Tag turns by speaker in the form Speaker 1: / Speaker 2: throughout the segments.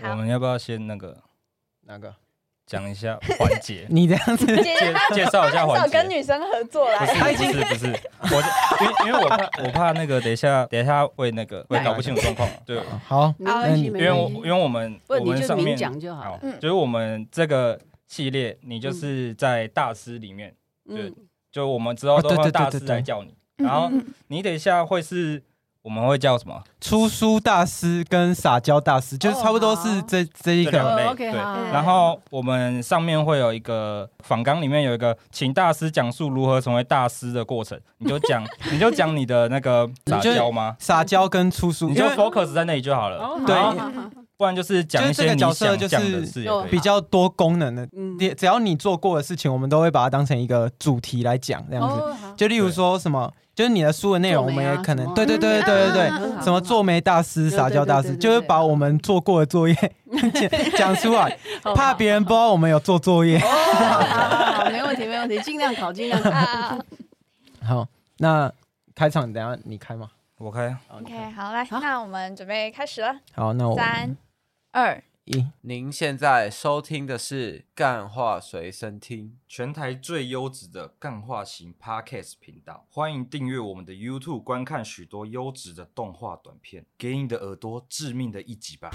Speaker 1: 我
Speaker 2: 好，
Speaker 1: 们要不要先那个
Speaker 3: 哪个？
Speaker 1: 讲一下环节？
Speaker 3: 你这样子
Speaker 2: 姐
Speaker 1: 介介绍一下
Speaker 2: 很
Speaker 1: 环
Speaker 2: 少
Speaker 1: 节
Speaker 2: 跟。女生合作啦
Speaker 1: 不。是不是不是，我因为因为我怕我怕那个等一下等一下会那个会搞不清楚状况，对，
Speaker 3: 好，
Speaker 4: 没关系，
Speaker 3: 嗯
Speaker 1: 因
Speaker 4: 啊没
Speaker 1: 为我
Speaker 4: 关系
Speaker 1: 因为我们我
Speaker 4: 问
Speaker 1: 们
Speaker 4: 题就
Speaker 1: 上
Speaker 4: 明
Speaker 1: 面
Speaker 4: 讲就好
Speaker 1: 好
Speaker 4: 了。，
Speaker 2: 嗯
Speaker 1: 就是我们这个系列你就是在大师里面，对
Speaker 4: 嗯，
Speaker 1: 就我们之后
Speaker 3: 哦
Speaker 1: 都
Speaker 3: 对
Speaker 1: 会
Speaker 3: 对对
Speaker 1: 大
Speaker 3: 对
Speaker 1: 师
Speaker 3: 对
Speaker 1: 来叫你，然后
Speaker 2: 嗯嗯嗯
Speaker 1: 你等一下会是我们会叫什么？
Speaker 3: 出书大师跟撒娇大师，就是差不多是这这一
Speaker 1: 这两
Speaker 3: 个
Speaker 1: 个
Speaker 4: 哦
Speaker 1: 类
Speaker 4: ，OK，
Speaker 1: 对
Speaker 4: 好好，
Speaker 1: 然后我们上面会有一个访纲，里面有一个请大师讲述如何成为大师的过程，你就讲你就讲你的那个撒娇吗？
Speaker 3: 撒娇跟出书，
Speaker 1: 你就
Speaker 3: 因为
Speaker 1: focus 在那里就好了，
Speaker 4: 哦
Speaker 3: 对
Speaker 4: 好好好好
Speaker 1: 不然就是讲一
Speaker 3: 就
Speaker 1: 些
Speaker 3: 是这个
Speaker 1: 你
Speaker 3: 角色
Speaker 1: 想
Speaker 3: 就是
Speaker 1: 讲的事也可以
Speaker 3: 比较多功能的，
Speaker 4: 嗯，
Speaker 3: 你只要你做过的事情，我们都会把它当成一个主题来讲，这样子。
Speaker 4: 哦，好
Speaker 3: 就例如说什么，就是你的书的内容，我
Speaker 4: 做
Speaker 3: 们
Speaker 4: 媒啊
Speaker 3: 也可能
Speaker 4: 什么
Speaker 3: 对对对对对
Speaker 2: 嗯嗯嗯嗯
Speaker 3: 对，
Speaker 2: 嗯
Speaker 3: 什么做媒大师、
Speaker 4: 对
Speaker 3: 撒娇大
Speaker 4: 对对
Speaker 3: 师，
Speaker 4: 对
Speaker 3: 就是
Speaker 4: 对
Speaker 3: 把我们做过的作业讲讲出来，怕别人不知道我们有做作业。
Speaker 4: 好好好好没问题，没问题，尽量考，尽量考。
Speaker 2: 啊
Speaker 3: 好，那开场等一下你开嘛。
Speaker 1: 我开。
Speaker 2: ，OK，好来，
Speaker 4: 好
Speaker 2: 那我们准备开始了，
Speaker 3: 好，那我
Speaker 2: 三二，
Speaker 3: 一
Speaker 5: 您现在收听的是《干话随身听
Speaker 1: 全台最优质的干化型 podcast 频道，欢迎订阅我们的 YouTube，观看许多优质的动画短片，给你的耳朵致命的一击吧！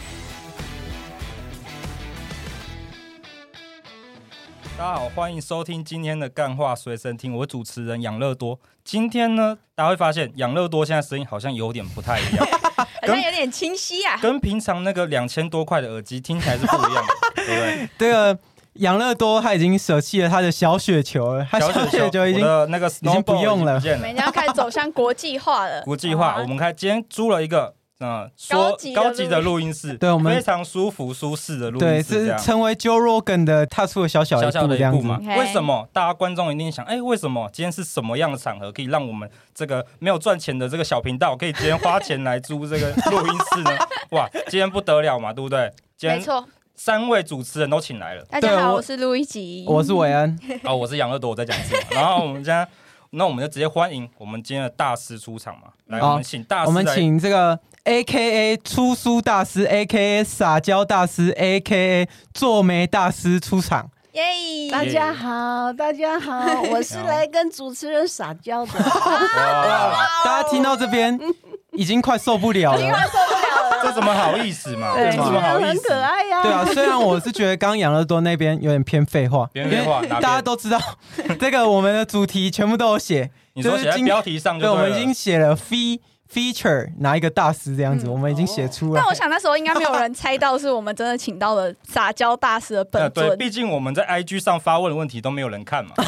Speaker 1: 大家好，欢迎收听今天的干话随身听，我主持人养乐多。今天呢，大家会发现养乐多现在声音好像有点不太一样，
Speaker 2: 好像有点清晰啊。
Speaker 1: 跟平常那个两千多块的耳机听起来是不一样的，对不对？
Speaker 3: 这个养乐多他已经舍弃了他的小雪球 了，他
Speaker 1: 小
Speaker 3: 雪球已
Speaker 1: 我
Speaker 3: 经
Speaker 1: 的那个 s n o w
Speaker 3: 经不用了
Speaker 1: 不见
Speaker 2: 我
Speaker 1: 了
Speaker 2: 们。要开始走向国际化了。
Speaker 1: 国际化，
Speaker 2: 好啊
Speaker 1: 我们看今天租了一个嗯、呃说
Speaker 2: 高级的录音
Speaker 1: 高级的录音室，
Speaker 3: 对我们
Speaker 1: 非常舒服舒适的录
Speaker 3: 对
Speaker 1: 音室，这
Speaker 3: 是
Speaker 1: 样
Speaker 3: 成为 Joe Rogan 的踏出了小小
Speaker 1: 小
Speaker 3: 一
Speaker 1: 小
Speaker 3: 步
Speaker 1: 的
Speaker 3: 这
Speaker 1: 一
Speaker 3: 样
Speaker 1: 步
Speaker 3: 子
Speaker 1: 嘛。嗯
Speaker 2: OK
Speaker 1: 为什么大家观众一定想，哎，为什么今天是什么样的场合可以让我们这个没有赚钱的这个小频道，可以今天花钱来租这个录音 室呢？哇，今天不得了嘛，对不对？今
Speaker 2: 没
Speaker 1: 天
Speaker 2: 错，
Speaker 1: 三位主持人都请来了。
Speaker 2: 大家
Speaker 3: 对
Speaker 2: 好，
Speaker 3: 我
Speaker 2: 我是路易吉，
Speaker 3: 我是韦恩，
Speaker 1: 哦，我是杨乐多，我再讲 一次嘛。然后我们今天，那我们就直接欢迎我们今天的大师出场嘛。来，
Speaker 3: 好
Speaker 1: 我们请大师
Speaker 3: 我们
Speaker 1: 来
Speaker 3: 请这个 A K A 出书大师，A K A 撒娇大师，A K A 做媒大师出场。
Speaker 2: 耶！
Speaker 4: 大家好，大家 好，我是来跟主持人撒娇的。
Speaker 1: 哇，
Speaker 3: 大家听到这 边已经快受不了了，
Speaker 1: 这怎么好意思嘛？
Speaker 4: 对
Speaker 1: 这
Speaker 4: 主
Speaker 1: 怎
Speaker 4: 持
Speaker 3: 吗
Speaker 1: 么好
Speaker 4: 人
Speaker 1: 意
Speaker 4: 很
Speaker 1: 思？
Speaker 4: 可爱呀。
Speaker 3: 对啊。虽然我是觉得刚刚养乐多那边有点偏废话，
Speaker 1: 别人没话，
Speaker 3: 大
Speaker 1: 大
Speaker 3: 家都知道这个我们的主题全部都有写，
Speaker 1: 你说写在标题上就
Speaker 3: 对，我
Speaker 1: 了
Speaker 3: 们已经写了 fe feature 哪一个大师这样子，
Speaker 2: 嗯
Speaker 3: 我们已经写出
Speaker 4: 哦
Speaker 3: 来
Speaker 2: 但。我想那时候应该没有人猜到是我们真的请到了撒娇大师的
Speaker 1: 呃
Speaker 2: 本
Speaker 1: 对，
Speaker 2: 尊。
Speaker 1: 毕竟我们在 IG 上发问的问题都没有人看嘛，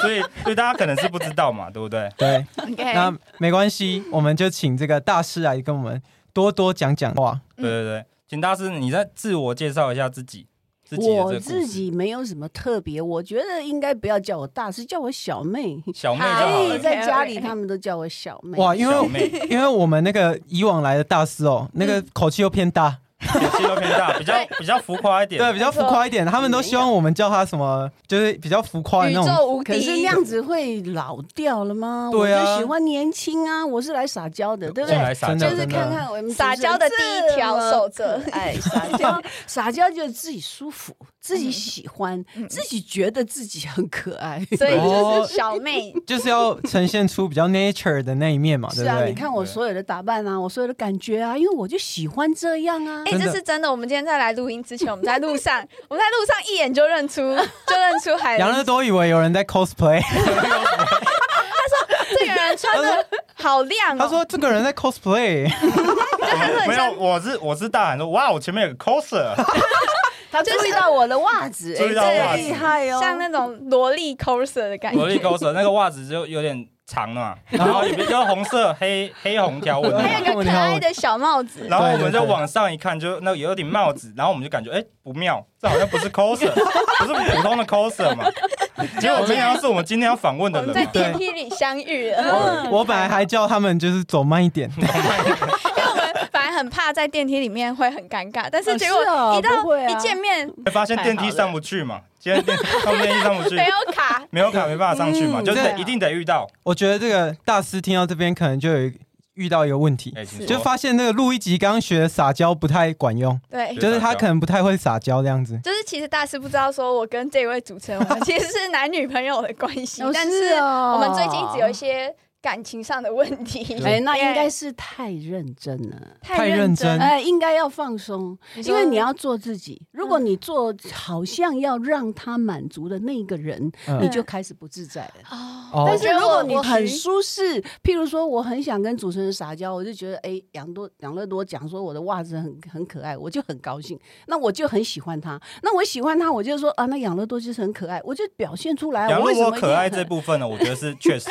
Speaker 1: 所以所以大家可能是不知道嘛，对不对？
Speaker 3: 对，
Speaker 2: OK，
Speaker 3: 那没关系，我们就请这个大师来跟我们多多讲讲 话。
Speaker 4: 嗯
Speaker 1: 对对对，请大师你再自我介绍一下自己，啊自己的这
Speaker 4: 我
Speaker 1: 个故事
Speaker 4: 自己没有什么特别，我觉得应该不要叫我大师，叫我小妹。
Speaker 1: 小妹就好
Speaker 2: 哎
Speaker 4: 哎，
Speaker 1: 了，
Speaker 4: 在家里他们都叫我小妹。
Speaker 3: 哇，因
Speaker 1: 小
Speaker 3: 为
Speaker 1: 妹
Speaker 3: 因为我们那个以往来的大师哦，那
Speaker 4: 嗯
Speaker 3: 个口气又偏大，
Speaker 1: 口气都偏大，比较比较浮夸一点，
Speaker 3: 对，比较浮夸一点，他们都希望我们叫他什么，就是比较浮夸的
Speaker 2: 宇
Speaker 3: 那种
Speaker 2: 宙无
Speaker 4: 可
Speaker 2: 敌，
Speaker 4: 是那样子会老掉了吗？
Speaker 3: 对啊
Speaker 4: 我就喜欢年轻啊，我是来撒娇的，对不
Speaker 1: 我
Speaker 4: 对
Speaker 1: 来？撒
Speaker 3: 真
Speaker 1: 娇
Speaker 4: 就，
Speaker 3: 的
Speaker 4: 是
Speaker 3: 真的
Speaker 4: 看看我们
Speaker 2: 撒娇的第一条守则
Speaker 4: 哎，撒娇，撒娇就是自己舒服，自己喜欢，自己觉得自己很可爱。
Speaker 2: 所以
Speaker 1: 哦
Speaker 2: 就是小妹。
Speaker 3: 就是要呈现出比较 nature 的那一面嘛，对
Speaker 4: 是
Speaker 3: 不
Speaker 4: 啊，你
Speaker 3: 对？
Speaker 4: 看我所有的打扮啊，我所有的感觉啊，因为我就喜欢这样啊。
Speaker 2: 哎、
Speaker 3: 真的
Speaker 2: 这是真的。我们今天在来录音之前，我们在路上，我们在路上一眼就认出，就认出海
Speaker 3: 杨乐
Speaker 2: 伦。
Speaker 3: 多以为有人在 cosplay，
Speaker 2: 这个人穿的好亮、哦，
Speaker 3: 他说这个人在 cosplay，
Speaker 2: 很
Speaker 1: 没
Speaker 2: 像
Speaker 1: 有，我是我是大喊说，哇，我前面有个 coser，
Speaker 4: 他注意到我的袜子，
Speaker 1: 注意到
Speaker 4: 哎
Speaker 1: 袜
Speaker 4: 这
Speaker 1: 子
Speaker 4: 厉害哦，
Speaker 2: 像那种萝莉 coser 的感
Speaker 1: 萝
Speaker 2: 觉。
Speaker 1: 莉 coser，那个袜子就有点长了嘛，然后也比较红色黑黑红条纹的嘛，
Speaker 2: 还有一个可爱的小帽子，
Speaker 1: 然后我们
Speaker 3: 对对
Speaker 1: 就
Speaker 3: 对
Speaker 1: 往上一看，就那有顶帽子，然后我们就感觉哎、不妙，这好像不是 coser，不是普通的 coser 嘛。结果没想到是我们今天要访问
Speaker 2: 我
Speaker 1: 的
Speaker 2: 们
Speaker 1: 人
Speaker 2: 在
Speaker 1: 嘛。
Speaker 2: 电梯里相遇了。
Speaker 4: 哦 嗯
Speaker 3: 我本来还叫他们就是走慢一点，
Speaker 2: 本来很怕在电梯里面会很尴尬，但是
Speaker 4: 哦
Speaker 2: 结果
Speaker 4: 是哦
Speaker 2: 一到、
Speaker 4: 不会啊
Speaker 2: 一见面
Speaker 1: 才发现电梯上不去嘛，今天电他们电梯上不去
Speaker 2: 没，有卡，
Speaker 1: 没有卡没办法上去嘛，
Speaker 4: 嗯
Speaker 1: 就是
Speaker 3: 对
Speaker 1: 得
Speaker 4: 啊
Speaker 1: 一定得遇到。
Speaker 3: 我觉得这个大师听到这边可能就有一遇到一个问题，
Speaker 1: 哎，请
Speaker 2: 是
Speaker 3: 就
Speaker 1: 说
Speaker 3: 发现那个录一集刚学撒娇不太管用，
Speaker 2: 对，
Speaker 1: 学
Speaker 3: 就是他
Speaker 1: 撒娇
Speaker 3: 可能不太会撒娇这样子。
Speaker 2: 就是其实大师不知道，说我跟这位主持人，我们其实是男女朋友的关系，
Speaker 4: 哦
Speaker 2: 但
Speaker 4: 是
Speaker 2: 是
Speaker 4: 哦
Speaker 2: 我们最近一直有一些感情上的问题。
Speaker 1: 哦
Speaker 4: 哎，那应该
Speaker 2: 是
Speaker 4: 是太认真了，
Speaker 3: 太认真
Speaker 4: 哎，应该要放松，因为你要做自己。如果
Speaker 2: 嗯
Speaker 4: 你做好像要让他满足的那一个人，
Speaker 3: 嗯
Speaker 4: 你就开始不自在了。
Speaker 2: 哦，
Speaker 3: 哦
Speaker 4: 但是如果
Speaker 2: 我觉得
Speaker 4: 你
Speaker 2: 我
Speaker 4: 很
Speaker 2: 我
Speaker 4: 舒适，譬如说我很想跟主持人撒娇，我就觉得哎，杨多杨乐多讲说我的袜子很很可爱，我就很高兴，那我就很喜欢他。那我喜欢他，我就说啊，那杨乐多就是很可爱，我就表现出来。
Speaker 1: 杨
Speaker 4: 哎我为
Speaker 1: 乐多
Speaker 4: 什么一定
Speaker 1: 可爱这
Speaker 4: 很
Speaker 1: 部分呢，我觉得是确实，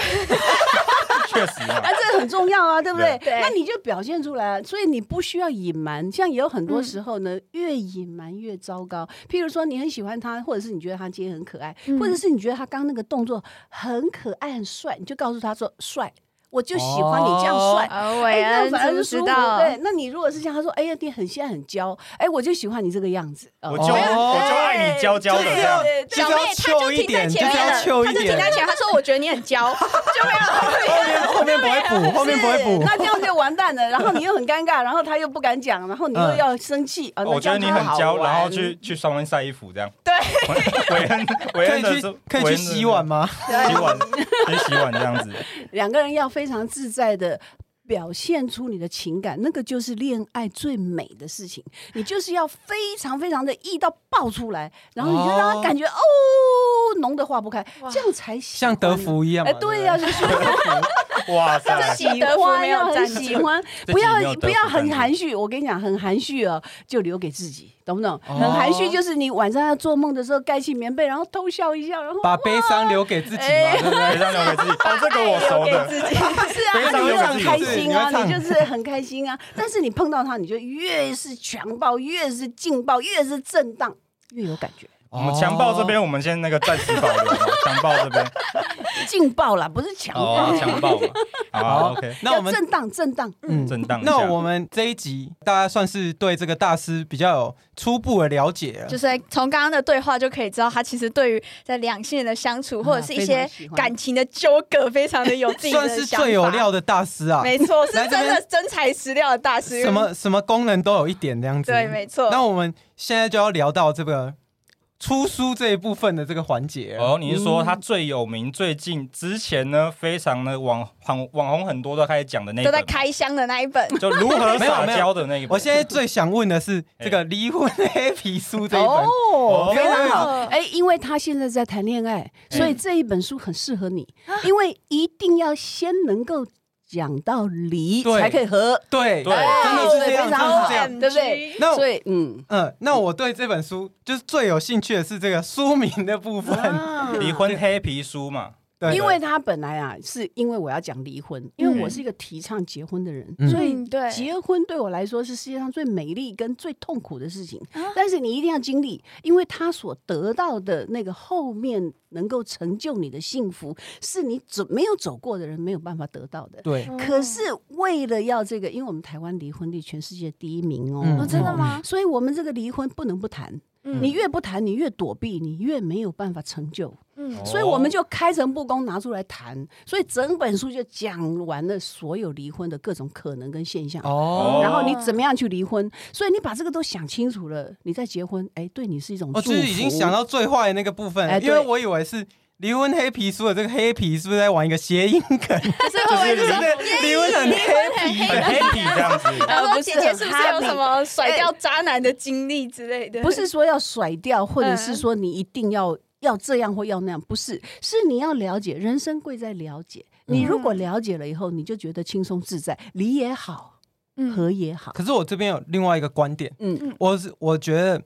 Speaker 1: 确实啊
Speaker 4: 啊，，这很重要 啊，对不对？
Speaker 2: 对
Speaker 4: 那你就表现出来啊，所以你不需要隐瞒。像也有很
Speaker 2: 嗯
Speaker 4: 多时候呢，越隐瞒越糟糕。譬如说，你很喜欢他，或者是你觉得他今天很可爱，
Speaker 2: 嗯
Speaker 4: 或者是你觉得他刚那个动作很可爱、很帅，你就告诉他说：“帅，我就喜欢你这样帅。哎
Speaker 2: 哦，韦
Speaker 4: 那
Speaker 2: 恩
Speaker 4: 反而
Speaker 2: 知
Speaker 4: 是
Speaker 2: 不
Speaker 4: 舒
Speaker 2: 知
Speaker 4: 服
Speaker 2: 道？
Speaker 4: 对，那你如果是像他说，哎呀，你很现在很娇，哎，我就喜欢你这个样子。哦
Speaker 1: 我就我就爱你娇娇的这样。
Speaker 4: 对
Speaker 3: 就是
Speaker 2: 小
Speaker 3: 要
Speaker 2: 妹她
Speaker 3: 秀
Speaker 2: 就
Speaker 3: 一
Speaker 2: 停在
Speaker 3: 点，就
Speaker 2: 前
Speaker 3: 是
Speaker 2: 面
Speaker 3: 要
Speaker 2: 了，
Speaker 3: 秀
Speaker 2: 她
Speaker 3: 一
Speaker 2: 就停
Speaker 3: 点。
Speaker 2: 在前面，她说我觉得你很娇，就没有。
Speaker 3: 后面后面不
Speaker 1: 啊
Speaker 3: 会补，后面不会补。
Speaker 4: 那这样就完蛋了，然后你又很尴尬，然后他又不敢讲，然后你又
Speaker 3: 嗯
Speaker 4: 要生气啊！那
Speaker 1: 我
Speaker 4: 这
Speaker 1: 觉得
Speaker 4: 样
Speaker 1: 你
Speaker 4: 就
Speaker 1: 很
Speaker 4: 好
Speaker 1: 娇，然后
Speaker 4: 玩
Speaker 1: 去去双温晒衣服这样。
Speaker 2: 对，
Speaker 1: 韦恩韦
Speaker 3: 可
Speaker 1: 恩
Speaker 3: 以
Speaker 1: 的
Speaker 3: 去
Speaker 1: 时候
Speaker 3: 可以去洗碗？吗？
Speaker 1: 韦恩的洗碗， 去洗碗这样子。
Speaker 4: 两个人要非常自在的。表现出你的情感，那个就是恋爱最美的事情。你就是要非常非常的意到爆出来，然后你就让他感觉哦，浓的化不开，
Speaker 2: 哇
Speaker 4: 这样才喜欢
Speaker 3: 像德。芙一样嘛？
Speaker 4: 哎，对呀、
Speaker 3: 不
Speaker 4: 就是
Speaker 1: 哇
Speaker 2: 这
Speaker 1: 塞！
Speaker 2: 集
Speaker 4: 喜
Speaker 2: 德芙
Speaker 4: 欢
Speaker 2: 没有
Speaker 4: 要很
Speaker 2: 赞助
Speaker 4: 喜欢，
Speaker 1: 这
Speaker 4: 不
Speaker 1: 集没
Speaker 4: 要
Speaker 1: 有
Speaker 4: 不
Speaker 1: 德
Speaker 4: 要
Speaker 1: 芙赞
Speaker 4: 很
Speaker 1: 助
Speaker 4: 含蓄。我跟你讲，很含蓄哦，就留给自己，懂不懂？很
Speaker 3: 哦
Speaker 4: 含蓄就是你晚上要做梦的时候盖起棉被，然后偷笑一笑，然后
Speaker 3: 把悲伤留给自己嘛，对不对？
Speaker 1: 非常留给自己，哦，这个我熟
Speaker 2: 留
Speaker 1: 的
Speaker 2: 哎给。 自己。
Speaker 4: 是啊，
Speaker 1: 非常有
Speaker 4: 你就很
Speaker 1: 自
Speaker 4: 开
Speaker 1: 由
Speaker 4: 心啊，
Speaker 3: 对
Speaker 4: 你
Speaker 3: 你
Speaker 4: 就
Speaker 3: 会
Speaker 4: 是很开心啊。但是你碰到他，你就越是强暴，越是劲爆，越是震荡，越有感觉。
Speaker 1: 我们强暴这边，我们先那个暂时保留。强暴这边，
Speaker 4: 劲爆啦，不是强暴，
Speaker 1: 哦，强暴嘛。好啊
Speaker 3: 好
Speaker 1: ，OK，
Speaker 3: 那我
Speaker 4: 要
Speaker 3: 们
Speaker 4: 震荡震荡。
Speaker 3: 嗯
Speaker 1: 震荡一下。
Speaker 3: 那我们这一集大家算是对这个大师比较有初步的了解了
Speaker 2: 就。是从刚刚的对话就可以知道，他其实对于在两性的相处，或者是一些感情的纠葛，非常的有自己的
Speaker 3: 算
Speaker 2: 想
Speaker 3: 是
Speaker 2: 法。
Speaker 3: 最有料的大师啊，
Speaker 2: 没错，是
Speaker 3: 来
Speaker 2: 真
Speaker 3: 这边
Speaker 2: 的真材实料的大师。
Speaker 3: 什么什么功能都有一点这样子。
Speaker 2: 对，没错。
Speaker 3: 那我们现在就要聊到这个出书这一部分的这个环节了。
Speaker 1: 哦，你是说他最有名、最近之前呢，非常呢网网网红很多都开始讲的那一
Speaker 2: 都
Speaker 1: 本
Speaker 2: 在
Speaker 1: 吗，
Speaker 2: 开箱的那一本，
Speaker 1: 就如何
Speaker 3: 没有
Speaker 1: 撒
Speaker 3: 没有
Speaker 1: 娇的那一本。
Speaker 3: 我现在最想问的是这
Speaker 1: 哎
Speaker 3: 个离婚黑皮书这一本。
Speaker 4: 哦
Speaker 1: 哦
Speaker 4: 非常好
Speaker 2: 哦。
Speaker 4: 哎，因为他现在在谈恋爱，
Speaker 1: 嗯啊
Speaker 4: 所以这一本书很适合你，因为一定要先能够讲到离，
Speaker 3: 对
Speaker 4: 才可以和。
Speaker 3: 对，
Speaker 1: 对
Speaker 3: 真的是这样，
Speaker 4: 非
Speaker 3: 真
Speaker 4: 常
Speaker 3: 的
Speaker 4: 好
Speaker 3: 是这样。
Speaker 4: 对不对？
Speaker 3: 那
Speaker 4: 所以，嗯，
Speaker 3: 嗯，那我对这本书就是最有兴趣的是这个书名的部
Speaker 4: 啊
Speaker 3: 分。
Speaker 1: 离婚黑皮书嘛，
Speaker 3: 对，
Speaker 4: 因为他本来啊，是因为我要讲离婚，因
Speaker 1: 嗯
Speaker 4: 为我是一个提倡结婚的人，
Speaker 3: 嗯
Speaker 4: 所以
Speaker 2: 嗯对
Speaker 4: 结婚对我来说是世界上最美丽跟最痛苦的事情。
Speaker 2: 啊
Speaker 4: 但是你一定要经历，因为他所得到的那个后面能够成就你的幸福，是你走没有走过的人没有办法得到的。
Speaker 3: 对，
Speaker 2: 嗯
Speaker 4: 可是为了要这个，因为我们台湾离婚率全世界第一名哦，
Speaker 3: 嗯
Speaker 2: 哦，真的吗？
Speaker 4: 所以我们这个离婚不能不谈。
Speaker 2: 嗯
Speaker 4: 你越不谈，你越躲避，你越没有办法成就。
Speaker 2: 嗯
Speaker 4: 所以我们就开诚布公拿出来谈，所以整本书就讲完了所有离婚的各种可能跟现象。
Speaker 3: 哦
Speaker 4: 然后你怎么样去离婚？所以你把这个都想清楚了，你再结婚，哎，对你是一种
Speaker 3: 我
Speaker 4: 祝
Speaker 3: 哦就
Speaker 4: 福。
Speaker 3: 是已经想到最坏的那个部分
Speaker 4: 哎
Speaker 3: 了，
Speaker 4: 对
Speaker 3: 因为我以为是离婚黑皮书的这个黑皮是不是在玩一个谐音梗？
Speaker 2: 所以会不会
Speaker 1: 就是
Speaker 2: 说
Speaker 3: 对离婚很黑皮，
Speaker 1: 很 happy 这样子。
Speaker 2: 然后说姐姐是呃不是有
Speaker 4: 不是
Speaker 2: 什
Speaker 4: 很
Speaker 2: 么甩掉渣男的经历之类的？
Speaker 4: 不是说要甩掉，或者是
Speaker 2: 嗯
Speaker 4: 说你一定要要这样或要那样，不是，是你要了解，人生贵在了解。你如果
Speaker 2: 嗯
Speaker 4: 了解了以后，你就觉得轻松自在，离也好，
Speaker 2: 嗯，
Speaker 4: 和也好。
Speaker 3: 可是我这边有另外一个观点，
Speaker 4: 嗯，
Speaker 3: 我是我觉得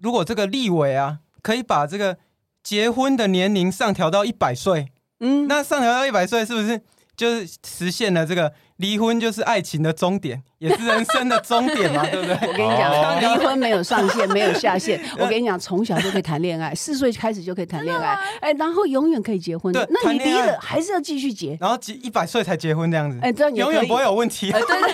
Speaker 3: 如果这个立委啊，可以把这个结婚的年龄上调到一百岁，
Speaker 4: 嗯
Speaker 3: 那上调到一百岁是不是就是实现了这个离婚就是爱情的终点，也是人生的终 点嘛，对不对？
Speaker 4: 我跟你讲，
Speaker 1: 哦
Speaker 4: 离婚没有上限，没有下限。我跟你讲，从小就可以谈恋爱，四岁开始就可以谈恋爱，哎，然后永远可以结婚
Speaker 3: 对。
Speaker 4: 那你
Speaker 3: 谈
Speaker 4: 离
Speaker 3: 恋爱
Speaker 4: 了还是要继续结，
Speaker 3: 然后结一百岁才结婚这样子，
Speaker 4: 哎，这样也
Speaker 3: 永远
Speaker 4: 可以
Speaker 3: 不会。有问题、
Speaker 4: 哎对对，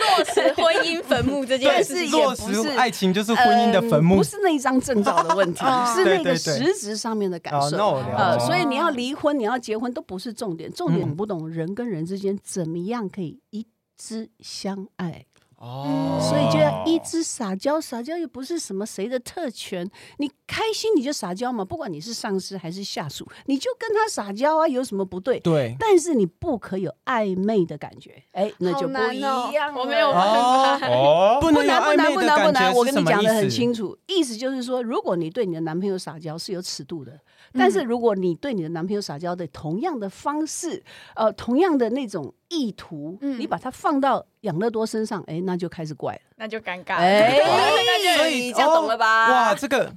Speaker 2: 落实婚姻坟墓这件
Speaker 3: 对，
Speaker 2: 事也
Speaker 3: 落
Speaker 2: 不
Speaker 3: 实
Speaker 2: 是。
Speaker 3: 爱情就是婚姻的坟
Speaker 4: 嗯
Speaker 3: 墓
Speaker 4: 不。是那一张证照的 问题
Speaker 2: 哦，
Speaker 4: 是那
Speaker 3: 对对
Speaker 4: 个
Speaker 3: 对
Speaker 4: 实质上面的感
Speaker 3: 哦嗯
Speaker 4: 受。
Speaker 3: 那我了解
Speaker 4: 呃，
Speaker 1: 哦
Speaker 4: 所以你要离婚，你要结婚都不是重点，重点懂不懂人跟人之间怎么样可以一致相爱，
Speaker 5: 哦，
Speaker 4: 所以就要一直撒娇，撒娇又不是什么谁的特权，你开心你就撒娇嘛，不管你是上司还是下属，你就跟他撒娇啊，有什么不对？
Speaker 3: 对，
Speaker 4: 但是你不可有暧昧的感觉，哎，那就不
Speaker 2: 好
Speaker 4: 一
Speaker 2: 难哦
Speaker 4: 样了。
Speaker 2: 我没有
Speaker 3: 哦，
Speaker 1: 哦，
Speaker 3: 不
Speaker 4: 不
Speaker 3: 能有
Speaker 4: 难不
Speaker 3: 暧
Speaker 4: 难
Speaker 3: 昧
Speaker 4: 不
Speaker 3: 的
Speaker 4: 难不
Speaker 3: 感
Speaker 4: 难，
Speaker 3: 觉
Speaker 4: 我
Speaker 3: 是
Speaker 4: 跟
Speaker 3: 什
Speaker 4: 你
Speaker 3: 么
Speaker 4: 讲
Speaker 3: 意
Speaker 4: 的很
Speaker 3: 思？
Speaker 4: 清楚，意思就是说，如果你对你的男朋友撒娇是有尺度的，但
Speaker 3: 嗯
Speaker 4: 是如果你对你的男朋友撒娇的同样的方式，呃，同样的那种意图，
Speaker 2: 嗯
Speaker 4: 你把它放到养乐多身上，哎，那就开始怪了。
Speaker 2: 那就尴
Speaker 3: 啊
Speaker 2: 尬。
Speaker 4: 哎哦
Speaker 2: 那
Speaker 3: 所
Speaker 2: 就
Speaker 3: 以
Speaker 2: 你这样懂了
Speaker 4: 啊
Speaker 2: 吧？
Speaker 3: 哇，这个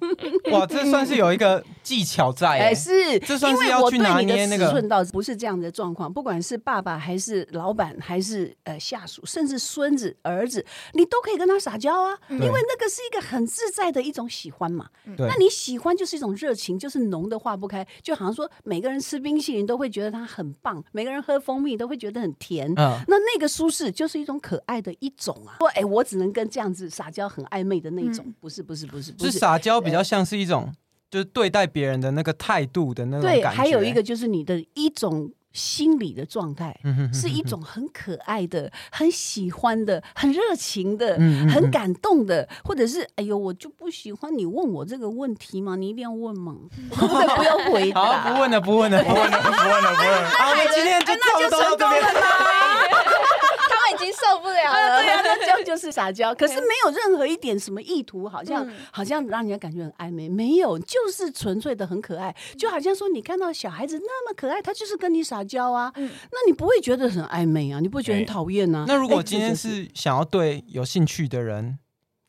Speaker 3: 哇，这算是有一个技巧在
Speaker 4: 哎，
Speaker 3: 哎。
Speaker 4: 是，
Speaker 3: 这算
Speaker 4: 因
Speaker 3: 是
Speaker 4: 为
Speaker 3: 要
Speaker 4: 我
Speaker 3: 去
Speaker 4: 对
Speaker 3: 拿
Speaker 4: 你的
Speaker 3: 捏那
Speaker 4: 尺
Speaker 3: 个
Speaker 4: 寸到不是这样的状况，不管是爸爸还是老板还是呃下属，甚至孙子儿子，你都可以跟他撒娇啊，因
Speaker 3: 对嗯
Speaker 4: 为那个是一个很自在的一种喜欢嘛。
Speaker 3: 对
Speaker 4: 那你喜欢就是一种热情，就是浓的化不开，就好像说每个人吃冰淇淋都会觉得它很棒，每个人喝蜂蜜都会觉得很甜。
Speaker 3: 嗯，
Speaker 4: 那那个舒适就是一种可爱的一种啊！说哎，我只能跟这样子撒娇很暧昧的那种，
Speaker 2: 嗯
Speaker 4: 不是不是不是不
Speaker 3: 是
Speaker 4: 是，
Speaker 3: 撒娇比较像是一种，就是对待别人的那个态度的那种感
Speaker 4: 对，
Speaker 3: 觉。
Speaker 4: 还有一个就是你的一种心理的状态，
Speaker 3: 嗯哼哼
Speaker 4: 是一种很可爱的、很喜欢的、很热情的、
Speaker 3: 嗯嗯嗯
Speaker 4: 很感动的，或者是哎呦，我就不喜欢你问我这个问题嘛，你一定要问嘛，我 可不可以不要回答？
Speaker 3: 好，不问了，不问了，不问了。
Speaker 1: 不问了，不问了。
Speaker 3: 好，我们今天就差不多到这边。
Speaker 2: 他们已经受不了
Speaker 4: 啊，对
Speaker 2: 了。
Speaker 4: 啊，那这样就是撒娇，可是没有任何一点什么意图，好像、好像让人家感觉很暧昧，没有，就是纯粹的很可爱，就好像说你看到小孩子那么可爱，他就是跟你撒娇啊，那你不会觉得很暧昧啊，你不会觉得很
Speaker 1: 哎
Speaker 4: 讨厌啊？
Speaker 3: 那如
Speaker 4: 哎
Speaker 3: 果
Speaker 4: 这
Speaker 3: 今天
Speaker 4: 就是
Speaker 3: 是想要对有兴趣的人，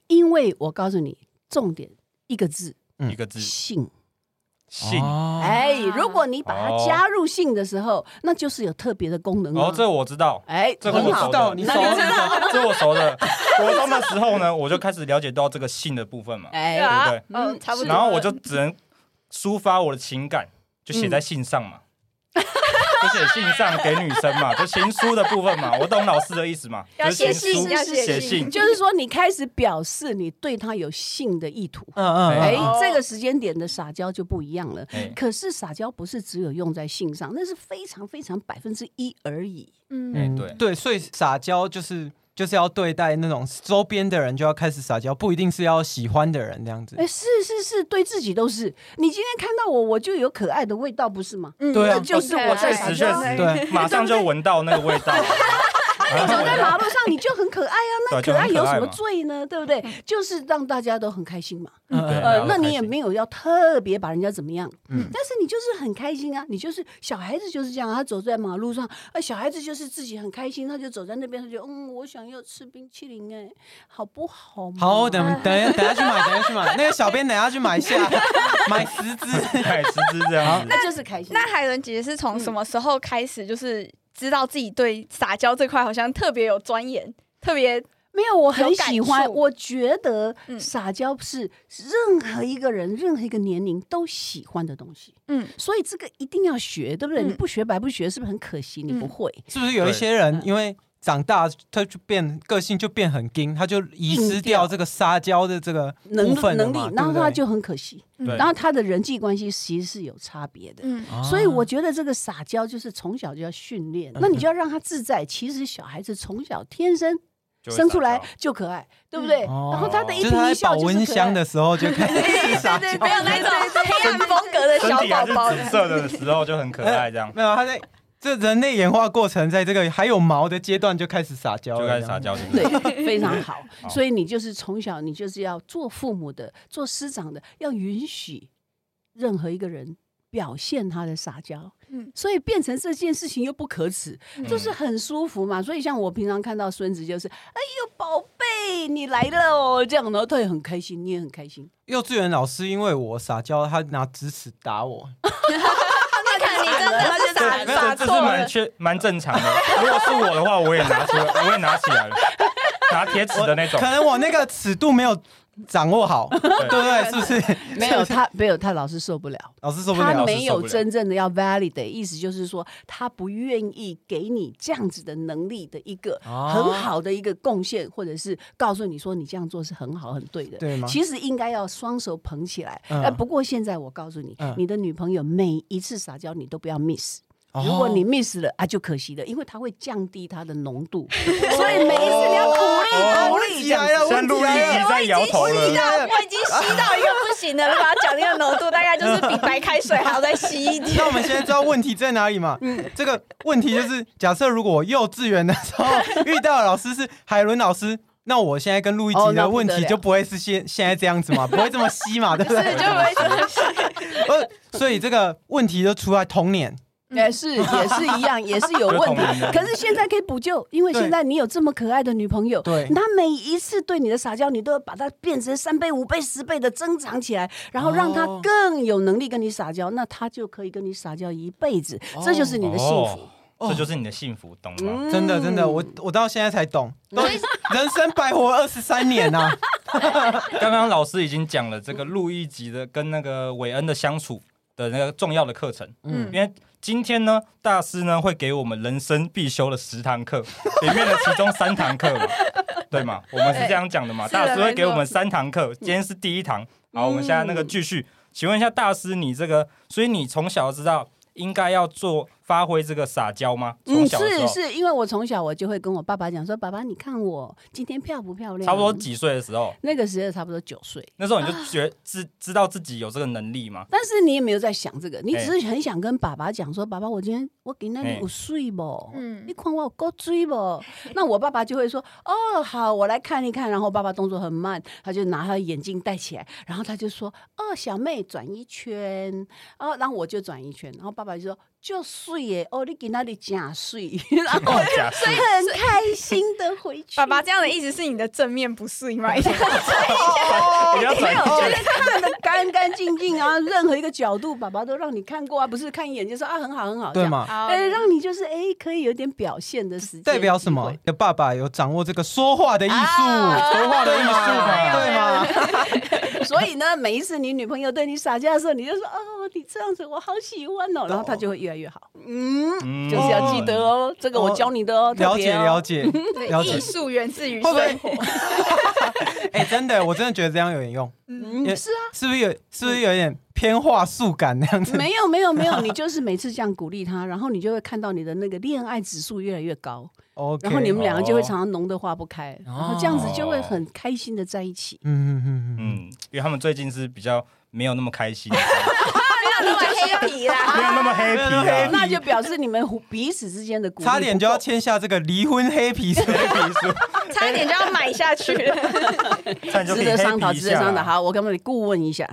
Speaker 4: 因为我告诉你，重点一个字
Speaker 3: 嗯
Speaker 1: 一个字，
Speaker 4: 性。
Speaker 1: 性。
Speaker 3: 哦
Speaker 4: 哎，如果你把它
Speaker 1: 哦
Speaker 4: 加入性的时候，那就是有特别的功能
Speaker 1: 哦
Speaker 4: 了，
Speaker 1: 这我知道，
Speaker 4: 哎，
Speaker 1: 这个
Speaker 4: 很
Speaker 1: 我
Speaker 4: 好
Speaker 1: 熟，的，
Speaker 3: 你
Speaker 4: 那你
Speaker 3: 熟
Speaker 4: 知
Speaker 1: 这我熟的。国中的时候呢，我就开始了解到这个性的部分嘛，
Speaker 4: 哎
Speaker 2: 对，啊
Speaker 1: 对，
Speaker 2: 嗯，差不多。
Speaker 1: 然后我就只能抒发我的情感，就写在信上嘛，就写信上给女生嘛，就情书的部分嘛，我懂老师的意思嘛，
Speaker 2: 要
Speaker 1: 就是
Speaker 2: 写
Speaker 1: 情
Speaker 2: 信，
Speaker 1: 书
Speaker 2: 要
Speaker 1: 写
Speaker 2: 信
Speaker 1: 信。
Speaker 4: 就是说你开始表示你对他有性的意图。
Speaker 3: 嗯嗯，
Speaker 4: 哎
Speaker 3: 哎，
Speaker 1: 哦，
Speaker 4: 这个时间点的撒娇就不一样了
Speaker 1: 哎。
Speaker 4: 可是撒娇不是只有用在性上，那是非常非常百分之一而已。
Speaker 2: 嗯，
Speaker 3: 嗯，
Speaker 1: 对
Speaker 3: 对，所以撒娇就是就是要对待那种周边的人，就要开始撒娇，不一定是要喜欢的人这样子
Speaker 4: 哎，。是是是，对自己都是。你今天看到我，我就有可爱的味道，不是 吗？
Speaker 2: 嗯
Speaker 3: 对啊
Speaker 4: 那就是我在
Speaker 1: 确
Speaker 4: 撒
Speaker 1: 实确
Speaker 4: 娇啊。
Speaker 1: 实，
Speaker 3: 对，
Speaker 1: 马上就闻到那个味道，
Speaker 4: 哎你走在马路上，你就很可爱啊。那
Speaker 1: 对就
Speaker 4: 可爱
Speaker 1: 很可
Speaker 4: 有什
Speaker 1: 爱
Speaker 4: 么
Speaker 1: 嘛
Speaker 4: 罪呢？对不对？就是让大家都很开心嘛。
Speaker 3: 嗯
Speaker 1: 对
Speaker 3: 嗯
Speaker 4: 呃，
Speaker 1: 然后
Speaker 4: 那你
Speaker 1: 开
Speaker 4: 也
Speaker 1: 心
Speaker 4: 没有要特别把人家怎么样，
Speaker 3: 嗯
Speaker 4: 但是你就是很开心啊，你就是小孩子就是这样啊，他走在马路上，啊，小孩子就是自己很开心，他就走在那边，他就嗯，我想要吃冰淇淋，哎，好不好嘛？
Speaker 3: 好，等等一下等一下去买，等一下去买。那个小编等一下去买 一下，买十支。
Speaker 1: 买十支哎这样子。
Speaker 4: 那就是开心。
Speaker 2: 那海伦姐姐是从什么时候开始，就是知道自己对撒娇这块好像特别有钻研，特别
Speaker 4: 没有，我很
Speaker 2: 有感
Speaker 4: 喜欢，
Speaker 2: 触
Speaker 4: 我觉得
Speaker 2: 嗯
Speaker 4: 撒娇是任何一个人、任何一个年龄都喜欢的东西，
Speaker 2: 嗯
Speaker 4: 所以这个一定要学，对不对？
Speaker 2: 嗯
Speaker 4: 你不学白不学，是不是很可惜？你不
Speaker 2: 嗯
Speaker 4: 会。
Speaker 3: 是不是有一些
Speaker 4: 嗯
Speaker 3: 人因为长大，他就变个性就变很硬，他就遗失掉这个撒娇的这个部
Speaker 4: 能
Speaker 3: 分了
Speaker 4: 能力
Speaker 3: 嘛，
Speaker 4: 然后
Speaker 3: 对不对
Speaker 4: 他就很可惜，
Speaker 1: 对
Speaker 4: 然后他的人际关系其实是有差别的。
Speaker 2: 嗯
Speaker 3: 啊嗯
Speaker 4: 所以我觉得这个撒娇就是从小就要训练，那你就要让他自在。其实小孩子从小天生
Speaker 1: 就会
Speaker 4: 生出
Speaker 1: 撒
Speaker 4: 来
Speaker 1: 娇
Speaker 4: 就可爱，对不对？
Speaker 3: 哦
Speaker 4: 然后他的一
Speaker 3: 就是他
Speaker 4: 颦一
Speaker 3: 在保
Speaker 4: 笑就是
Speaker 3: 温
Speaker 4: 可爱
Speaker 3: 箱的。时候就开始 撒
Speaker 2: 对，
Speaker 3: 娇，
Speaker 2: 没有那种黑暗风格的
Speaker 1: 身
Speaker 2: 小
Speaker 1: 体还
Speaker 2: 宝
Speaker 1: 是
Speaker 2: 宝
Speaker 1: 紫色的时候就很可爱，这样
Speaker 3: 没有他在这人类演化过程，在这个还有毛的阶段就开始撒娇了，
Speaker 1: 就开始撒
Speaker 3: 这样。
Speaker 1: 娇，是不是？
Speaker 4: 对，非常好。
Speaker 1: 好
Speaker 4: 所以你就是从小，你就是要做父母的、做师长的，要允许任何一个人表现他的撒娇。
Speaker 2: 嗯
Speaker 4: 所以变成这件事情又不可耻，就是很舒服嘛。所以像我平常看到孙子，就是哎呦宝贝，你来了哦，这样，然后他也很开心，你也很开心。
Speaker 3: 幼稚园老师因为我撒娇，他拿直尺打我，
Speaker 2: 那看你 真的
Speaker 1: 对，
Speaker 2: 是撒
Speaker 1: 没
Speaker 2: 撒
Speaker 1: 有，这是
Speaker 2: 错
Speaker 1: 蛮
Speaker 2: 了，
Speaker 1: 缺蛮正常的。如果是我的话，我也拿出来，我也拿起来了，拿铁尺的那种
Speaker 3: 可。能我那个尺度没有掌握 好，对不对？是不是？
Speaker 4: 没有他，没有他，老师受不了。
Speaker 3: 老师受不
Speaker 4: 他
Speaker 3: 了，
Speaker 4: 没
Speaker 1: 受
Speaker 4: 有
Speaker 1: 不了
Speaker 4: 真正的要 validate，意思就是说他不愿意给你这样子的能力的一个
Speaker 5: 哦
Speaker 4: 很好的一个贡献，或者是告诉你说你这样做是很好很对的。
Speaker 3: 对吗
Speaker 4: 其实应该要双手捧起来。
Speaker 3: 嗯
Speaker 4: 呃，不过现在我告诉你
Speaker 3: 嗯，
Speaker 4: 你的女朋友每一次撒娇你都不要 miss。如
Speaker 3: 哦
Speaker 4: 果你 miss 了啊，就可惜了，因为它会降低它的浓 度，所以每一次你要鼓
Speaker 3: 哦
Speaker 4: 励鼓
Speaker 3: 问
Speaker 4: 励这
Speaker 3: 题
Speaker 4: 样
Speaker 3: 来了
Speaker 4: 子。
Speaker 1: 现在录音机在摇头
Speaker 2: 我已经吸
Speaker 1: 了，
Speaker 2: 到，我已经吸到一个不行的了，把它讲那个浓度大概就是比白开水还要再稀一点。
Speaker 3: 那我们现在知道问题在哪里嘛？
Speaker 4: 嗯
Speaker 3: 这个问题就是，假设如果我幼稚园的时候遇到的老师是海伦老师，那我现在跟路易
Speaker 4: 哦
Speaker 3: 吉
Speaker 4: 那
Speaker 3: 的
Speaker 4: 不
Speaker 3: 问
Speaker 4: 得
Speaker 3: 题
Speaker 4: 了
Speaker 3: 就不会是现现在这样 子嘛，不会这么稀嘛，对不
Speaker 2: 所
Speaker 3: 对
Speaker 2: 以？就会
Speaker 3: 呃，所以这个问题就出在童年，
Speaker 4: 也哎是
Speaker 1: 嗯
Speaker 4: 也是一样，也是有问
Speaker 1: 儿童
Speaker 4: 题
Speaker 1: 文。
Speaker 4: 可是现在可以补救，因为
Speaker 3: 对
Speaker 4: 现在你有这么可爱的女朋友，
Speaker 3: 对
Speaker 4: 她每一次对你的撒娇，你都要把它变成三倍、五倍、十倍的增长起来，然后让她
Speaker 3: 哦
Speaker 4: 更有能力跟你撒娇，那她就可以跟你撒娇一辈子，这就是你的幸福。
Speaker 1: 哦，这就是你的幸福，懂
Speaker 4: 嗯
Speaker 1: 吗？
Speaker 3: 真的真的，我我到现在才懂，都 人生白活二十三 年呐、
Speaker 1: 刚刚老师已经讲了这个路易吉的跟那个韦恩的相处的那个重要的课程，
Speaker 2: 嗯
Speaker 1: 因为今天呢，大师呢会给我们人生必修的十堂课里面的其中三堂课 嘛，对嘛？我们是这样讲的嘛？
Speaker 2: 对哎是的嗯
Speaker 1: 大师会给我们三堂课，今天是第一堂，好，我们现在那个继续，请问一下大师，你这个，所以你从小知道应该要做发挥这个撒娇吗？从
Speaker 4: 嗯，
Speaker 1: 小的时
Speaker 4: 是
Speaker 1: 候，
Speaker 4: 是，因为我从小我就会跟我爸爸讲说：“爸爸，你看我今天漂不漂亮？”
Speaker 1: 差不多几岁的时候，
Speaker 4: 那个时候差不多九岁，
Speaker 1: 那时候你就觉知知道自己有这个能力吗？
Speaker 4: 但是你也没有在想这个，你
Speaker 1: 哎
Speaker 4: 只是很想跟爸爸讲说：“爸爸，我今天我给那里
Speaker 1: 哎
Speaker 4: 有睡不？
Speaker 2: 嗯
Speaker 4: 你看我有够追不？” 那我爸爸就会说：“哦，好，我来看一看。”然后爸爸动作很慢，他就拿他的眼镜戴起来，然后他就说：“哦，小妹转一圈。”哦，然后我就转一圈，然后爸爸就说。就睡耶！哦，你给那里假睡， 然后
Speaker 2: 哦
Speaker 4: 我
Speaker 1: 假
Speaker 4: 就很开心的回去。
Speaker 2: 爸爸这样的意思是你的正面不适应吗？
Speaker 1: 我要转一
Speaker 4: 哦没有，就
Speaker 1: 圈
Speaker 4: 是看的干干净净啊，任何一个角度，爸爸都让你看过啊，不是看一眼就说啊很好很好，
Speaker 3: 对？嘛？
Speaker 4: 哎、让你就是哎、可以有点表现的时间，
Speaker 3: 代表什
Speaker 4: 机
Speaker 3: 么
Speaker 4: 会？
Speaker 3: 你的爸爸有掌握这个说话的艺术，
Speaker 4: 啊
Speaker 3: 说话的艺术嘛，对
Speaker 4: 哎
Speaker 3: 吗？
Speaker 4: 所以呢，每一次你女朋友对你撒娇的时候，你就说哦，你这样子我好喜欢哦，然后她就会越来越好。嗯，
Speaker 1: 嗯
Speaker 4: 就是要记得哦，这个我教你的哦，
Speaker 3: 了解了
Speaker 4: 解。
Speaker 3: 解，
Speaker 2: 对
Speaker 3: 了解
Speaker 2: 艺术源自于
Speaker 3: 会不
Speaker 2: 生
Speaker 3: 会
Speaker 2: 活，？
Speaker 3: 哎、真的，我真的觉得这样有 点用，
Speaker 4: 嗯，是啊，
Speaker 3: 是不是有？是不是有点偏话术感那样子？
Speaker 4: 没有没有没有， 你就是每次这样鼓励她，然后你就会看到你的那个恋爱指数越来越高，
Speaker 3: OK， 哦
Speaker 4: 然后你们两个就
Speaker 1: 哦
Speaker 4: 会常常浓得化不开，然后这样子就会很开心的在一起。
Speaker 3: 嗯嗯嗯嗯，
Speaker 1: 嗯，因为他们最近是比较没有那么开 心，没
Speaker 2: 没有那么黑皮啦。
Speaker 1: 有那么 happy 啊。
Speaker 4: 那就表示你们互彼此之间的鼓励
Speaker 3: 差点就要
Speaker 4: 不够
Speaker 3: 签下这个离婚黑皮书。
Speaker 1: 黑皮书，
Speaker 2: 差一点就要买下去了。
Speaker 1: 差点就可
Speaker 4: 值
Speaker 1: 以
Speaker 4: 得商
Speaker 1: happy
Speaker 4: 讨，
Speaker 1: 一
Speaker 4: 值得
Speaker 1: 下
Speaker 4: 商讨。
Speaker 1: 啊
Speaker 4: 好，我跟你顾问一下，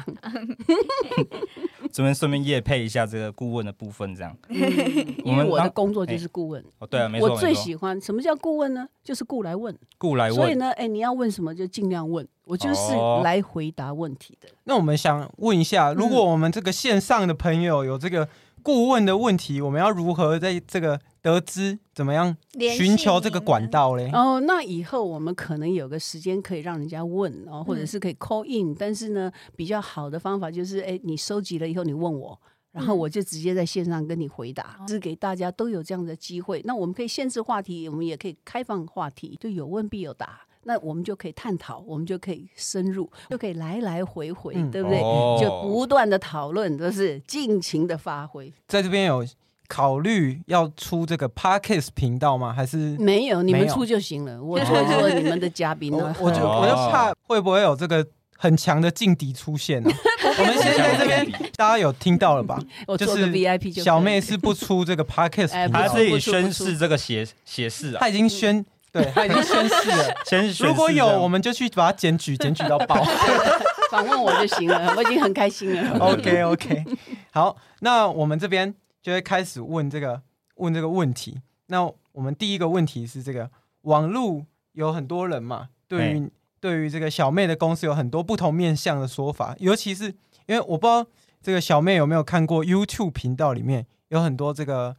Speaker 1: 这边顺便夜配一下这个顾问的部分，这样。我
Speaker 4: 因为
Speaker 1: 们
Speaker 4: 我的
Speaker 1: 当
Speaker 4: 工作就是顾问。
Speaker 1: 哦，对啊，没错
Speaker 4: 我最
Speaker 1: 没错，
Speaker 4: 喜欢什么叫顾问呢？就是顾来问。
Speaker 1: 顾来
Speaker 4: 所以
Speaker 1: 问，
Speaker 4: 呢，哎，你要问什么就尽量问，我就是
Speaker 1: 哦
Speaker 4: 来回答问题的。
Speaker 3: 那我们想问一下，如
Speaker 4: 嗯
Speaker 3: 果我们这个线上的朋友有这个顾问的问题，我们要如何在这个得知怎么样
Speaker 2: 联系
Speaker 3: 寻求这个
Speaker 2: 您
Speaker 3: 管
Speaker 2: 呢
Speaker 3: 道嘞？
Speaker 4: 哦，那以后我们可能有个时间可以让人家问
Speaker 3: 嗯
Speaker 4: 哦，或者是可以 call in，、但是呢，比较好的方法就是，哎，你收集了以后你问我。然
Speaker 3: 嗯
Speaker 4: 后我就直接在线上跟你回答，
Speaker 3: 哦
Speaker 4: 是给大家都有这样的机会。那我们可以限制话题，我们也可以开放话题，就有问必有答。那我们就可以探讨，我们就可以深入，就可以来来回回，
Speaker 3: 嗯
Speaker 4: 对不对？
Speaker 1: 哦
Speaker 4: 就不断的讨论，都是尽情的发挥。
Speaker 3: 在这边有考虑要出这个 Parkes 频道吗？还是
Speaker 4: 没有，你们
Speaker 3: 嗯没有
Speaker 4: 出就行了， 我做做你们的嘉宾啊
Speaker 3: 我
Speaker 4: 了。
Speaker 3: 我就我就怕会不会有这个很强的劲敌出现呢、啊 我们先在这边，大家有听到了吧？
Speaker 4: 我
Speaker 3: 就
Speaker 4: 做个
Speaker 3: 是
Speaker 4: VIP 就
Speaker 3: 小
Speaker 4: 可以
Speaker 3: 妹是不出这个 podcast
Speaker 4: 哎
Speaker 3: 频
Speaker 1: 他
Speaker 3: 道
Speaker 4: 不嗯
Speaker 1: 自
Speaker 3: 的，
Speaker 4: 是
Speaker 1: 己宣誓这个斜斜视啊，
Speaker 3: 她已经宣，对，她已经宣誓 了。
Speaker 1: 先宣
Speaker 3: 如果
Speaker 1: 誓
Speaker 3: 有，
Speaker 1: 这样
Speaker 3: 我们就去把它检举，检举到爆。
Speaker 4: 访问我就行了， 我已经很开心了。
Speaker 3: OK OK，好，那我们这边就会开始问这个问这个问题。那我们第一个问题是这个网络有很多人嘛，对于对于这个小妹的公司有很多不同面向的说法，尤其是因为我不知道这个小妹有没有看过 YouTube 频道里面有很多这个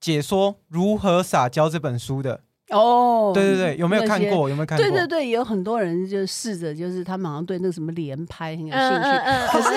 Speaker 3: 解说如何撒娇这本书的
Speaker 4: 哦，
Speaker 3: 对对对，有没有看
Speaker 4: 那些
Speaker 3: 过？有没有看过？
Speaker 4: 对对对，有很多人就试着，就是他们好像对那个什么连拍很有兴趣，
Speaker 2: 嗯， 可是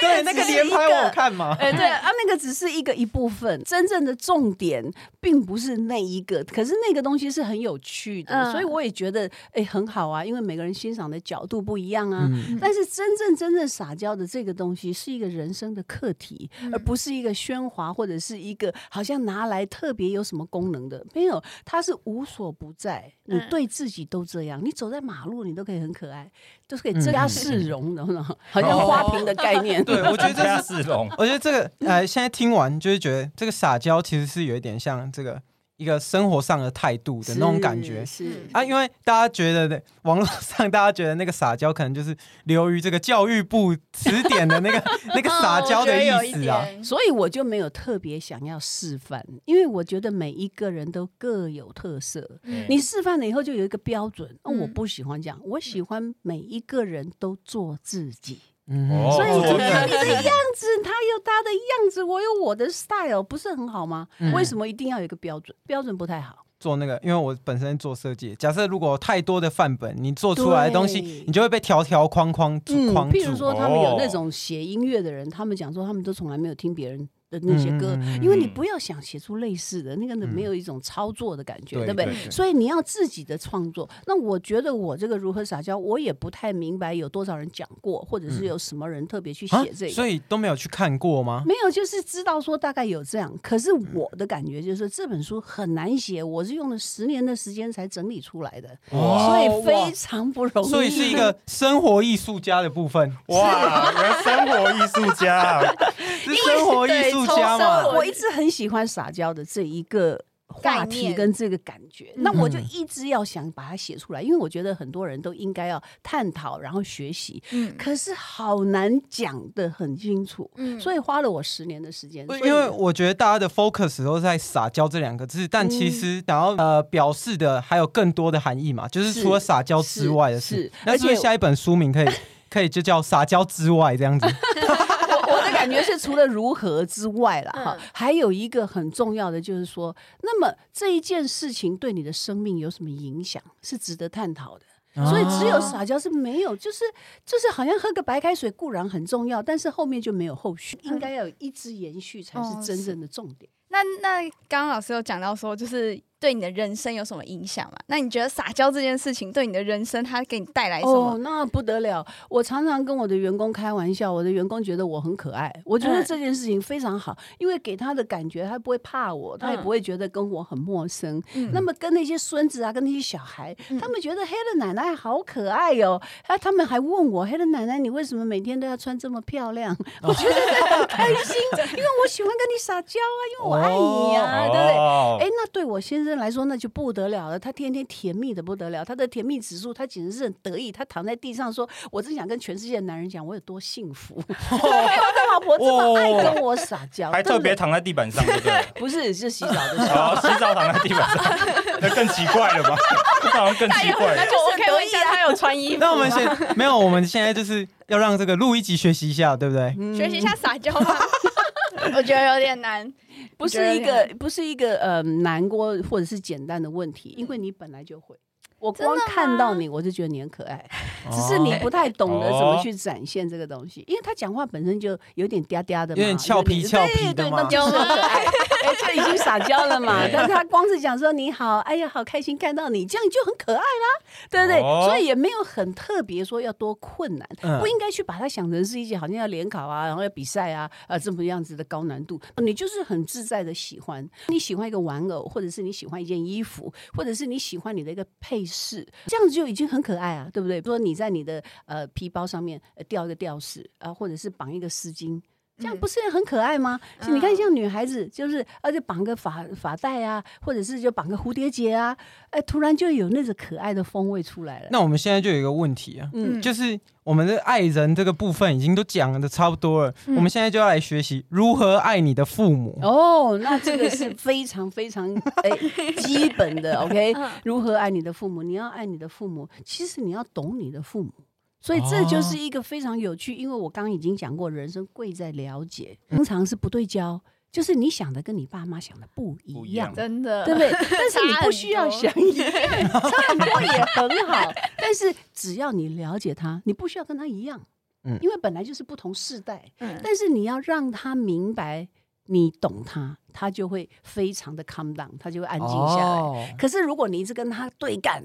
Speaker 3: 对，那个
Speaker 2: 只是
Speaker 3: 连
Speaker 2: 一
Speaker 3: 拍我有
Speaker 2: 个
Speaker 3: 看嘛。
Speaker 4: 哎、对啊，那个只是一个一部分，真正的重点并不是那一个，可是那个东西是很有趣的，
Speaker 2: 嗯
Speaker 4: 所以我也觉得哎、很好啊，因为每个人欣赏的角度不一样啊。
Speaker 3: 嗯，
Speaker 4: 但是真正真正撒娇的这个东西是一个人生的课题，
Speaker 2: 嗯
Speaker 4: 而不是一个喧哗或者是一个好像拿来特别有什么功能的，没有，它是无所不在。你
Speaker 2: 嗯
Speaker 4: 对自己都这样，你走在马路你都可以很可爱，都是可以
Speaker 3: 嗯
Speaker 4: 增加市容的，呢，好像花瓶的概念。
Speaker 3: 哦 对，我觉得这
Speaker 1: 家是
Speaker 3: 是，
Speaker 1: 龙，
Speaker 3: 我觉得这个呃，现在听完就是觉得这个撒娇其实是有一点像这个一个生活上的态度的那种感觉
Speaker 4: 是是
Speaker 3: 啊，因为大家觉得的网络上大家觉得那个撒娇可能就是流于这个教育部词典的 那个那个撒娇的意思啊，
Speaker 4: 所以哦我就没有特别想要示范，因为我觉得每一个人都各有特色。你示范了以后就有一个标准，那、
Speaker 2: 嗯
Speaker 4: 我不喜欢这样，我喜欢每一个人都做自己。
Speaker 3: 嗯，
Speaker 1: 哦
Speaker 4: 所以
Speaker 1: 做
Speaker 4: 你
Speaker 1: 自
Speaker 4: 的
Speaker 1: 己
Speaker 4: 你的样子，他有他的样子，我有我的 style，不是很好吗？
Speaker 3: 嗯
Speaker 4: 为什么一定要有一个标准？标准不太好。
Speaker 3: 做那个，因为我本身做设计，假设如果有太多的范本，你做出来的东西
Speaker 4: 对，
Speaker 3: 你就会被条条框框
Speaker 4: 嗯
Speaker 3: 住，框住。
Speaker 4: 譬如说他们有那
Speaker 1: 哦
Speaker 4: 种写音乐的人，他们讲说他们都从来没有听别人。的那些歌，
Speaker 3: 嗯嗯嗯嗯
Speaker 4: 因为你
Speaker 1: 嗯
Speaker 4: 不要想写出类似的，那个
Speaker 3: 嗯
Speaker 4: 没有一种操作的感觉，
Speaker 3: 对
Speaker 4: 对不对？
Speaker 1: 对对
Speaker 4: 所以你要自己的创作。那我觉得我这个如何撒娇，我也不太明白有多少人讲过，或者是有什么人特别去
Speaker 3: 嗯啊
Speaker 4: 写这个。
Speaker 3: 所以都没有去看过吗？
Speaker 4: 没有，就是知道说大概有这样。可
Speaker 3: 嗯
Speaker 4: 是我的感觉就是这本书很难写，我是用了十年的时间才整理出来的，所以非常不容易。
Speaker 3: 哦所以是一个生活艺术家的 部分，
Speaker 1: 嗯哇，原来生活艺术家啊，
Speaker 3: 是生活 艺术家
Speaker 2: 对从生
Speaker 3: 嘛
Speaker 2: 活？
Speaker 4: 我一直很喜欢撒娇的这一个话
Speaker 2: 概
Speaker 4: 题
Speaker 2: 念
Speaker 4: 跟这个感觉，那
Speaker 3: 嗯
Speaker 4: 我就一直要想把它写出来，因为我觉得很多人都应该要探讨，然后学习。
Speaker 2: 嗯
Speaker 4: 可是好难讲的很清楚，
Speaker 2: 嗯
Speaker 4: 所以花了我十年的时间。所以
Speaker 3: 因为我觉得大家的 focus 都在撒娇这两个字，但其
Speaker 4: 嗯
Speaker 3: 实想要呃表示的还有更多的含义嘛，就是
Speaker 4: 是
Speaker 3: 除了撒娇之外的
Speaker 4: 是
Speaker 3: 事
Speaker 4: 是。
Speaker 3: 那是不
Speaker 4: 而
Speaker 3: 是
Speaker 4: 且
Speaker 3: 下一本书 名可以可以就叫《撒娇之外》这样子？
Speaker 4: 我我的感觉是，除了如何之外啦，哈、
Speaker 2: 嗯
Speaker 4: 还有一个很重要的就是说，那么这一件事情对你的生命有什么影响，是值得探讨的。所以只有撒娇是没有，就是就是好像喝个白开水固然很重要，但是后面就没有后续，应该要有一直延续才是
Speaker 2: 嗯哦
Speaker 4: 真
Speaker 2: 是
Speaker 4: 正的重点。
Speaker 2: 那那刚刚老师有讲到说，就是对你的人生有什么影响嘛？那你觉得撒娇这件事情对你的人生，它给你带来什
Speaker 4: 哦
Speaker 2: 么？，
Speaker 4: 那不得了！我常常跟我的员工开玩笑，我的员工觉得我很可爱，我觉得
Speaker 2: 嗯
Speaker 4: 这件事情非常好，因为给他的感觉，他不会怕我，他也
Speaker 2: 嗯
Speaker 4: 不会觉得跟我很陌生。
Speaker 2: 嗯
Speaker 4: 那么跟那些孙子啊，跟那些小孩，
Speaker 2: 嗯
Speaker 4: 他们觉得黑的奶奶好可爱哟、啊，他们还问我黑的奶奶，你为什么每天都要穿这么漂亮？ 我 觉得很开心，因为我喜欢跟你撒娇啊，因为我爱你呀、对不对？
Speaker 1: 哦
Speaker 4: 哎，，那对我先生来说那就不得了了，他天天甜蜜的不得了，他的甜蜜指数，他简直是很得意，他躺在地上说：“我真想跟全世界的男人讲，我有多幸福， 哎我的老婆这么爱跟我撒娇，
Speaker 1: 哦还
Speaker 4: 对
Speaker 1: 特
Speaker 4: 不对
Speaker 1: 别躺在地板上，对不对？
Speaker 4: 不是是洗澡的时候。”
Speaker 1: 哦，洗澡躺在地板上，那更奇怪了吧？这好像更奇怪了。
Speaker 2: 那就是
Speaker 4: 很
Speaker 2: 可以问
Speaker 4: 得
Speaker 2: 一
Speaker 4: 意
Speaker 2: 下，
Speaker 4: 啊
Speaker 2: 他有穿衣服吗？
Speaker 3: 那我们现没有，我们现在就是要让这个录一集学习一下，对不对？
Speaker 4: 嗯
Speaker 2: 学习一下撒娇吧， 我觉得有点难。
Speaker 4: 不是一个不是一个呃难过或者是简单的问题，因为你本来就会。我光
Speaker 2: 嗯真的吗
Speaker 4: 看到你，我就觉得你很可爱，
Speaker 3: 哦
Speaker 4: 只是你不太懂得怎么去展现这个东西，因为他讲话本身就有点嗲嗲的嘛，
Speaker 3: 有点俏皮俏皮的
Speaker 4: 对对，那
Speaker 3: 嘛
Speaker 4: 就是很可爱，哎，这已经撒娇了嘛
Speaker 1: 对。
Speaker 4: 但是他光是讲说你好，哎呀，好开心看到你，这样就很可爱啦，对不对？
Speaker 1: 哦
Speaker 4: 所以也没有很特别说要多困难，
Speaker 3: 嗯
Speaker 4: 不应该去把它想成是一件好像要联考啊，然后要比赛啊，啊这么样子的高难度。你就是很自在的喜欢，你喜欢一个玩偶，或者是你喜欢一件衣服，或者是你喜欢你的一个配饰，这样子就已经很可爱啊，对不对？比如说你在你的呃皮包上面呃吊一个吊饰啊、或者是绑一个丝巾。这样
Speaker 2: 嗯
Speaker 4: 不是很可爱吗？
Speaker 2: 嗯
Speaker 4: 你看，像女孩子就是，而且绑个发发带啊，或者是就绑个蝴蝶结啊，哎，突然就有那种可爱的风味出来了。
Speaker 3: 那我们现在就有一个问题啊，
Speaker 4: 嗯，
Speaker 3: 就是我们的爱人这个部分已经都讲的差不多了，
Speaker 2: 嗯
Speaker 3: 我们现在就要来学习如何爱你的父母。
Speaker 4: 哦，那这个是非常非常哎、基本的，OK？
Speaker 2: 嗯
Speaker 4: 如何爱你的父母？你要爱你的父母，其实你要懂你的父母。所以这就是一个非常有趣，因为我刚刚已经讲过，人生贵在了解，通常是不对焦，就是你想的跟你爸妈想的不
Speaker 1: 不
Speaker 4: 一
Speaker 1: 一
Speaker 4: 样
Speaker 1: 样。
Speaker 2: 真 的，
Speaker 4: 对不对？但是你不需要想 一样，差很多也很好。但是只要你了解他，你不需要跟他一样，
Speaker 3: 嗯
Speaker 4: 因为本来就是不同世代。
Speaker 2: 嗯
Speaker 4: 但是你要让他明白你懂他，他就会非常的 calm down，他就会安静下来。
Speaker 5: 哦
Speaker 4: 可是如果你一直跟他对干，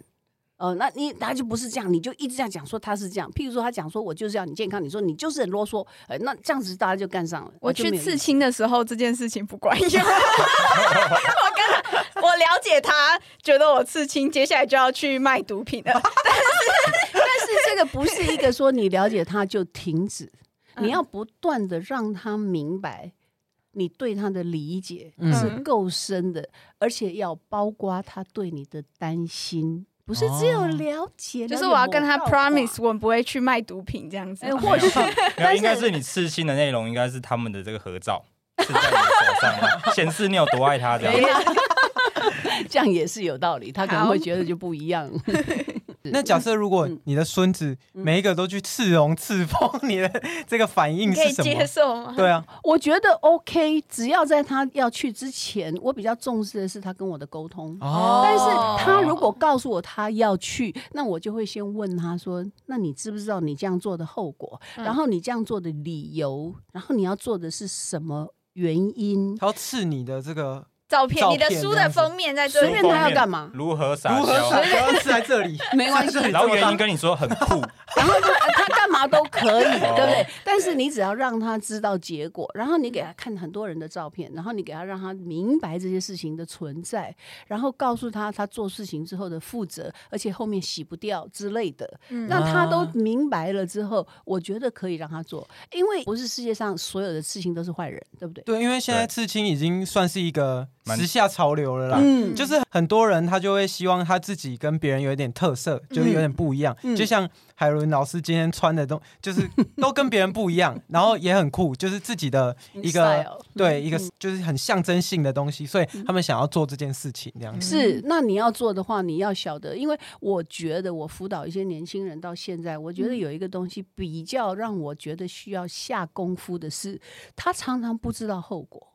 Speaker 4: 哦，那你他就不是这样，你就一直这样讲说他是这样。譬如说他讲说我就是要你健康，你说你就是很啰嗦，呃，那这样子大家就干上了。
Speaker 2: 我
Speaker 4: 那就没
Speaker 2: 去
Speaker 4: 有意
Speaker 2: 刺
Speaker 4: 思
Speaker 2: 青的时候，这件事情不管用。 我跟他，我了解他，觉得我刺青，接下来就要去卖毒品了。
Speaker 4: 但是这个不是一个说你了解他就停止，
Speaker 2: 嗯
Speaker 4: 你要不断的让他明白你对他的理解
Speaker 3: 嗯
Speaker 4: 是够深的，而且要包括他对你的担心，不是只有
Speaker 3: 哦
Speaker 4: 了解，
Speaker 2: 就
Speaker 4: 了
Speaker 2: 是
Speaker 4: 解
Speaker 2: 我要跟他
Speaker 4: 某道话
Speaker 2: promise，。我不会去卖毒品这样子
Speaker 4: 哎，。或许
Speaker 1: 没有
Speaker 4: 但
Speaker 1: 应该
Speaker 4: 是
Speaker 1: 是你刺青的内容，应该是他们的这个合照是在你手上，显示你有多爱他这样。
Speaker 4: 这样也是有道理，他可能
Speaker 2: 好
Speaker 4: 会觉得就不一样。
Speaker 3: 那假设如果你的孙子每一个都去刺龙刺凤， 你的这个反应
Speaker 2: 你可
Speaker 3: 是
Speaker 2: 以
Speaker 3: 什
Speaker 2: 接
Speaker 3: 么？
Speaker 2: 受吗？
Speaker 3: 对啊，
Speaker 4: 我觉得 OK，只要在他要去之前，我比较重视的是他跟我的沟通。
Speaker 3: 哦，
Speaker 4: 但是他如果告诉我他要去，那我就会先问他说：“那你知不知道你这样做的后果？
Speaker 2: 嗯
Speaker 4: 然后你这样做的理由，然后你要做的是什么原因？
Speaker 3: 他要刺你的 这个
Speaker 2: 照片，
Speaker 3: 照
Speaker 2: 你的
Speaker 3: 片
Speaker 2: 书
Speaker 3: 这
Speaker 2: 的
Speaker 3: 样子
Speaker 2: 封面在这
Speaker 4: 随
Speaker 2: 里
Speaker 4: 便
Speaker 1: 封
Speaker 4: 他要
Speaker 1: 面
Speaker 4: 干嘛？
Speaker 1: 如何撒
Speaker 3: 如何
Speaker 1: 娇？
Speaker 3: 刺？要 刺在这里，
Speaker 4: 没关系
Speaker 3: 在这里
Speaker 1: 然后
Speaker 3: 做到
Speaker 1: 原因跟你说很酷，
Speaker 4: 然后就啊他干嘛都可以，对
Speaker 1: 哦
Speaker 4: 不对？但是你只要让他知道结果，然后你给他看很多人的照片，然后你给他让他明白这些事情的存在，然后告诉他他做事情之后的负责，而且后面洗不掉之类的，
Speaker 2: 嗯
Speaker 4: 那他都
Speaker 3: 啊
Speaker 4: 明白了之后，我觉得可以让他做，因为不是世界上所有的事情都是坏人，对不对？
Speaker 3: 对，因为现在
Speaker 1: 对
Speaker 3: 刺青已经算是一个
Speaker 1: 蛮
Speaker 3: 时下潮流了啦。
Speaker 4: 嗯
Speaker 3: 就是很多人他就会希望他自己跟别人有一点特色，就是有点不一样。
Speaker 4: 嗯
Speaker 3: 就像海伦老师今天穿的都就是都跟别人不一样，然后也很酷，就是自己的 一个
Speaker 4: 嗯 Style
Speaker 3: 对一个
Speaker 4: 嗯
Speaker 3: 就是很象征性的东西，所以他们想要做这件事情这样子。
Speaker 4: 是，那你要做的话，你要晓得，因为我觉得我辅导一些年轻人到现在，我觉得
Speaker 2: 嗯
Speaker 4: 有一个东西比较让我觉得需要下功夫的是，他常常不知道后果。